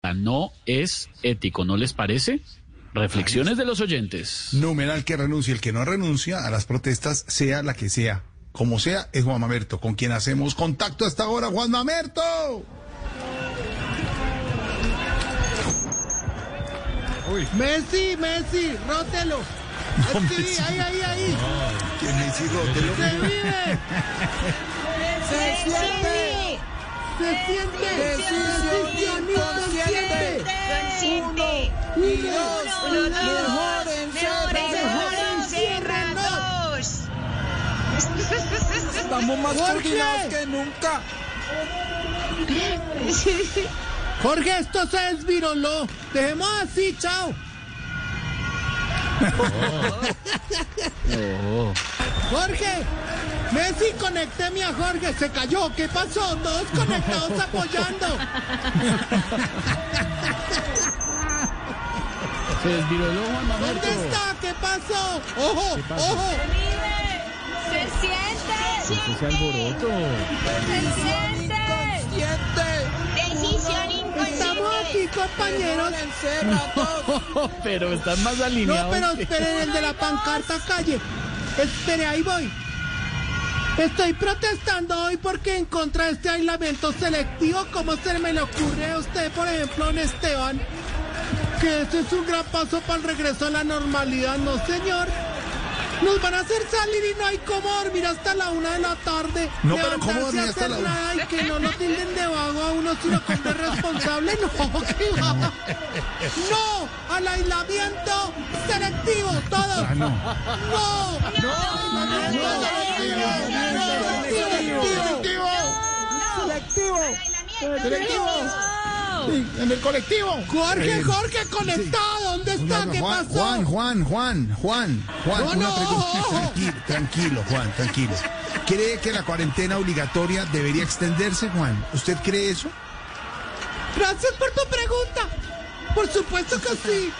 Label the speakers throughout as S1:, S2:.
S1: plata. Ah, No es ético, ¿no les parece? Reflexiones de los oyentes.
S2: Numeral que renuncia, el que no renuncia a las protestas, sea la que sea. Como sea, es Juan Mamerto, con quien hacemos contacto hasta ahora, Juan Mamerto.
S3: Messi, Messi, rótelo.
S2: No,
S3: Escribí,
S2: Messi.
S3: ahí, ahí, ahí.
S2: Que Messi Rotelo.
S3: Se vive,
S4: Se siente,
S3: se siente,
S4: Sí,
S3: se
S4: sí,
S3: siente,
S4: consciente.
S3: y dos,
S4: Uno, dos,
S3: mejor en
S4: mejor
S3: Serra, mejor en
S4: en Serra, dos.
S3: Estamos más coordinados que nunca. Jorge, esto se desviroló. Dejemos así, chao. Jorge, Messi, conécteme a Jorge. Se cayó. ¿Qué pasó? Todos conectados apoyando.
S1: Se desviroló Juan
S3: ¿Dónde
S1: Mamerto.
S3: está? ¿Qué pasó? Ojo, ojo.
S4: Vive, se siente,
S1: Ese alboroto.
S4: se siente. Decisión
S3: Estamos
S4: inconsciente.
S3: aquí, compañeros.
S1: Pero están más
S3: No,
S1: alineados.
S3: pero
S1: que-
S3: esperen el de la pancarta calle. Espere, ahí voy. Estoy protestando hoy porque en contra de este aislamiento selectivo, como se me le ocurre a usted, por ejemplo, don Esteban, que eso es un gran paso para el regreso a la normalidad, no señor. Nos van a hacer salir y no hay cómo dormir hasta la una de la tarde.
S2: No, pero ¿cómo
S3: levantarse
S2: dormir
S3: a
S2: hasta
S3: hacer
S2: la una?
S3: nada y que no lo tilden de vago a uno, sino como de responsable. No, que va. No al aislamiento selectivo, todos.
S2: Ah, no.
S3: No, no,
S2: En el colectivo.
S3: Jorge, Jorge, conectado, ¿dónde está?
S2: Una-
S3: ¿Qué
S2: Juan,
S3: pasó?
S2: Juan, Juan, Juan, Juan, Juan,
S3: No,
S2: una
S3: no,
S2: pregunta.
S3: ojo, ojo.
S2: Tranquilo, tranquilo, Juan, tranquilo. ¿Cree que la cuarentena obligatoria debería extenderse, Juan? ¿Usted cree eso?
S3: Gracias por tu pregunta. Por supuesto que sí.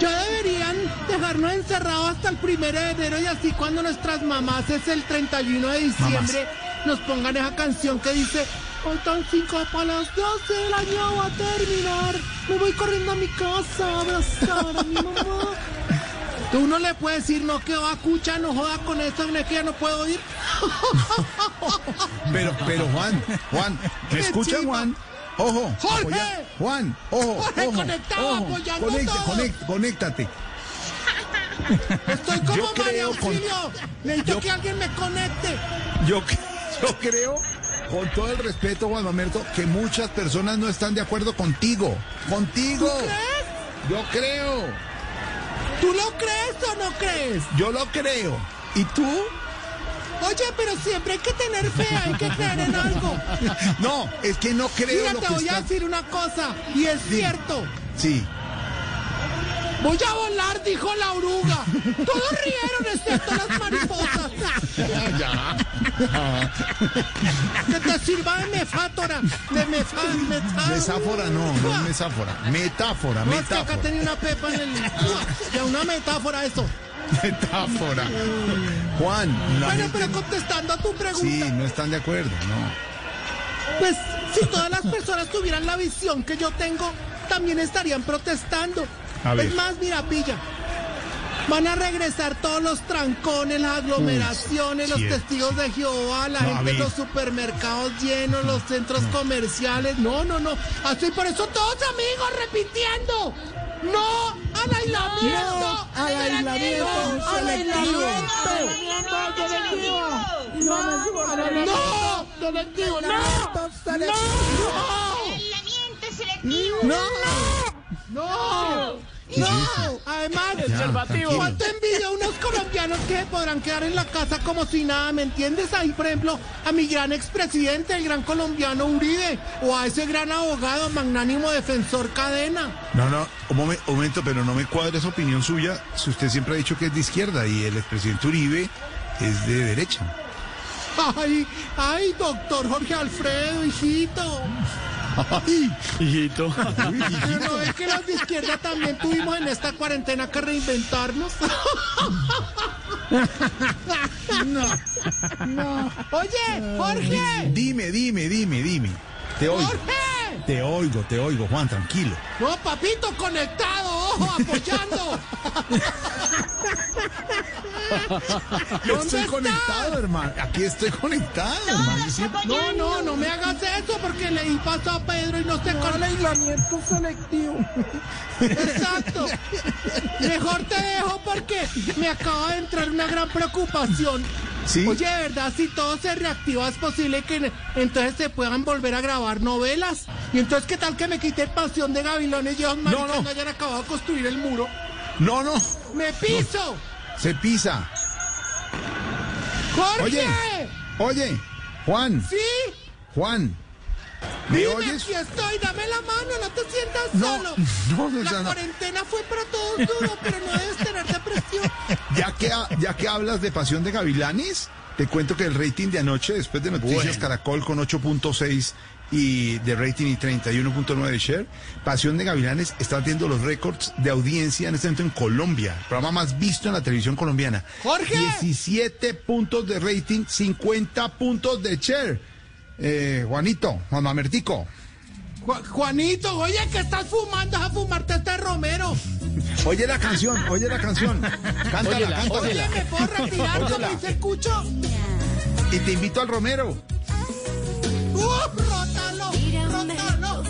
S3: Yo deberían dejarnos encerrados hasta el primero de enero y así cuando nuestras mamás es el 31 de diciembre nos pongan esa canción que dice faltan cinco para las 12 el año va a terminar. Me voy corriendo a mi casa a abrazar a mi mamá. Tú no le puedes decir no que va cucha, no joda con esto, no es que ya no puedo ir.
S2: Pero, pero Juan, Juan, ¿me
S3: Qué
S2: escucha,
S3: chiva.
S2: Juan? Ojo,
S3: Jorge.
S2: apoya- Juan, ojo,
S3: Jorge,
S2: ojo,
S3: conectado,
S2: ojo.
S3: apoyando
S2: Conecta-
S3: todo.
S2: conect- conéctate.
S3: Estoy como
S2: Yo
S3: María
S2: creo con-
S3: Auxilio. Necesito que alguien me conecte.
S2: Yo, cre- yo creo, con todo el respeto, Juan Mamerto, que muchas personas no están de acuerdo contigo. Contigo.
S3: ¿Tú crees?
S2: Yo creo.
S3: ¿Tú lo crees o no crees?
S2: Yo lo creo. ¿Y tú?
S3: Oye, pero siempre hay que tener fe, hay que creer en algo.
S2: No, es que no creo
S3: Mira,
S2: lo
S3: te
S2: que
S3: voy
S2: está-
S3: a decir una cosa, y es
S2: Sí.
S3: cierto.
S2: Sí.
S3: Voy a volar, dijo la oruga. Todos rieron, excepto las mariposas. Que te sirva de mefátora, de mefa, mefa-
S2: Mesáfora no, no es mesáfora. Metáfora,
S3: No, es que acá
S2: metáfora.
S3: tenía una pepa en el... Ya una metáfora eso.
S2: Metáfora. Juan, la
S3: Bueno,
S2: gente-
S3: pero contestando a tu pregunta...
S2: Sí, no están de acuerdo, no.
S3: Pues si todas las personas tuvieran la visión que yo tengo, también estarían protestando.
S2: A ver.
S3: Es más, mira, pilla. Van a regresar todos los trancones, las aglomeraciones, los
S2: cierto,
S3: testigos de Jehová, la
S2: No, a
S3: gente en
S2: ver.
S3: los supermercados llenos, los centros comerciales. No, no, no. Así por eso todos amigos repitiendo. No al aislamiento.
S5: No al aislamiento
S3: No al
S5: selectivo.
S3: aislamiento. No, selectivo, no.
S5: Aislamiento selectivo.
S3: No. No. No. Además,
S2: Conservativo.
S3: ¿cuánto envidia unos colombianos que se podrán quedar en la casa como si nada, ¿me entiendes? Ahí, por ejemplo, a mi gran expresidente, el gran colombiano Uribe, o a ese gran abogado magnánimo defensor Cadena.
S2: No, no, un, momen- un momento, pero no me cuadra esa opinión suya si usted siempre ha dicho que es de izquierda y el expresidente Uribe es de derecha.
S3: Ay, ay, doctor Jorge Alfredo, hijito.
S1: Hijito.
S3: Pero Ah, no es que los de izquierda también tuvimos en esta cuarentena que reinventarnos. Oye, Jorge,
S2: Dime, dime, dime, dime. Te oigo.
S3: Jorge,
S2: Te oigo, te oigo, Juan, tranquilo.
S3: No, papito, conectado, ojo, apoyando.
S2: estoy
S3: estás?
S2: conectado, hermano. Aquí estoy conectado, hermano.
S4: Todos apoyando.
S3: No, no, no me hagas eso porque le di paso a Pedro y no se
S5: Al
S3: conecta.
S5: aislamiento selectivo.
S3: Exacto. Mejor te dejo porque me acaba de entrar una gran preocupación.
S2: Sí.
S3: Oye, de verdad, si todo se reactiva, es posible que ne- entonces se puedan volver a grabar novelas. Y entonces, ¿qué tal que me quite Pasión de Gavilones y ellos maricas
S2: no.
S3: no hayan acabado de construir el muro?
S2: No, no,
S3: ¡Me piso!
S2: se pisa.
S3: ¡Jorge!
S2: Oye, oye, Juan,
S3: ¿Sí?
S2: Juan. ¿Me
S3: Dime,
S2: oyes?
S3: aquí estoy, dame la mano, no te sientas
S2: No,
S3: solo.
S2: no, no,
S3: la
S2: ya no.
S3: cuarentena fue para todos duro, pero no debes tener depresión.
S2: Ya que, ha- ya que hablas de Pasión de Gavilanes, te cuento que el rating de anoche, después de Noticias Caracol con 8.6 y de rating y 31.9 de share, Pasión de Gavilanes está haciendo los récords de audiencia en este momento en Colombia, el programa más visto en la televisión colombiana.
S3: ¡Jorge!
S2: 17 puntos de rating, 50 puntos de share. Eh, Juanito, Juan Mamertico.
S3: Ju- Juanito, oye, que estás fumando, a fumarte este romero.
S2: Oye la canción, oye la canción. Cántala,
S1: Óyela,
S2: cántala.
S1: óyela.
S3: Oye, ¿me puedo retirar como
S2: Óyela.
S3: dice el cucho?
S2: Y te invito al Romero.
S3: ¡Uh, rótalo, rótalo!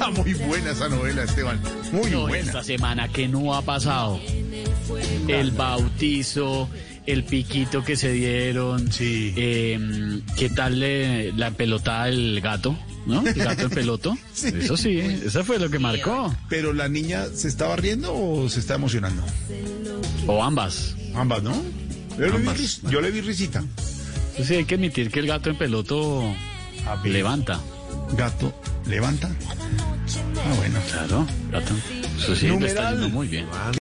S2: Ah, Muy buena esa novela, Esteban. Muy
S1: No,
S2: buena.
S1: esta semana que no ha pasado. El bautizo, el piquito que se dieron.
S2: Sí.
S1: eh, ¿Qué tal eh, la pelotada del gato? ¿No? El gato en peloto.
S2: Sí.
S1: Eso sí, ¿eh? eso fue lo que marcó.
S2: Pero la niña se estaba riendo o se está emocionando?
S1: O ambas.
S2: Ambas, ¿no? Yo, Le, vi,
S1: Ambas.
S2: ris- yo le vi risita.
S1: Sí, hay que admitir que el gato en peloto Ah,
S2: A ver.
S1: levanta.
S2: Gato, levanta. Ah, bueno.
S1: Claro, gato. Eso sí, lo está
S2: Numeral.
S1: yendo muy bien.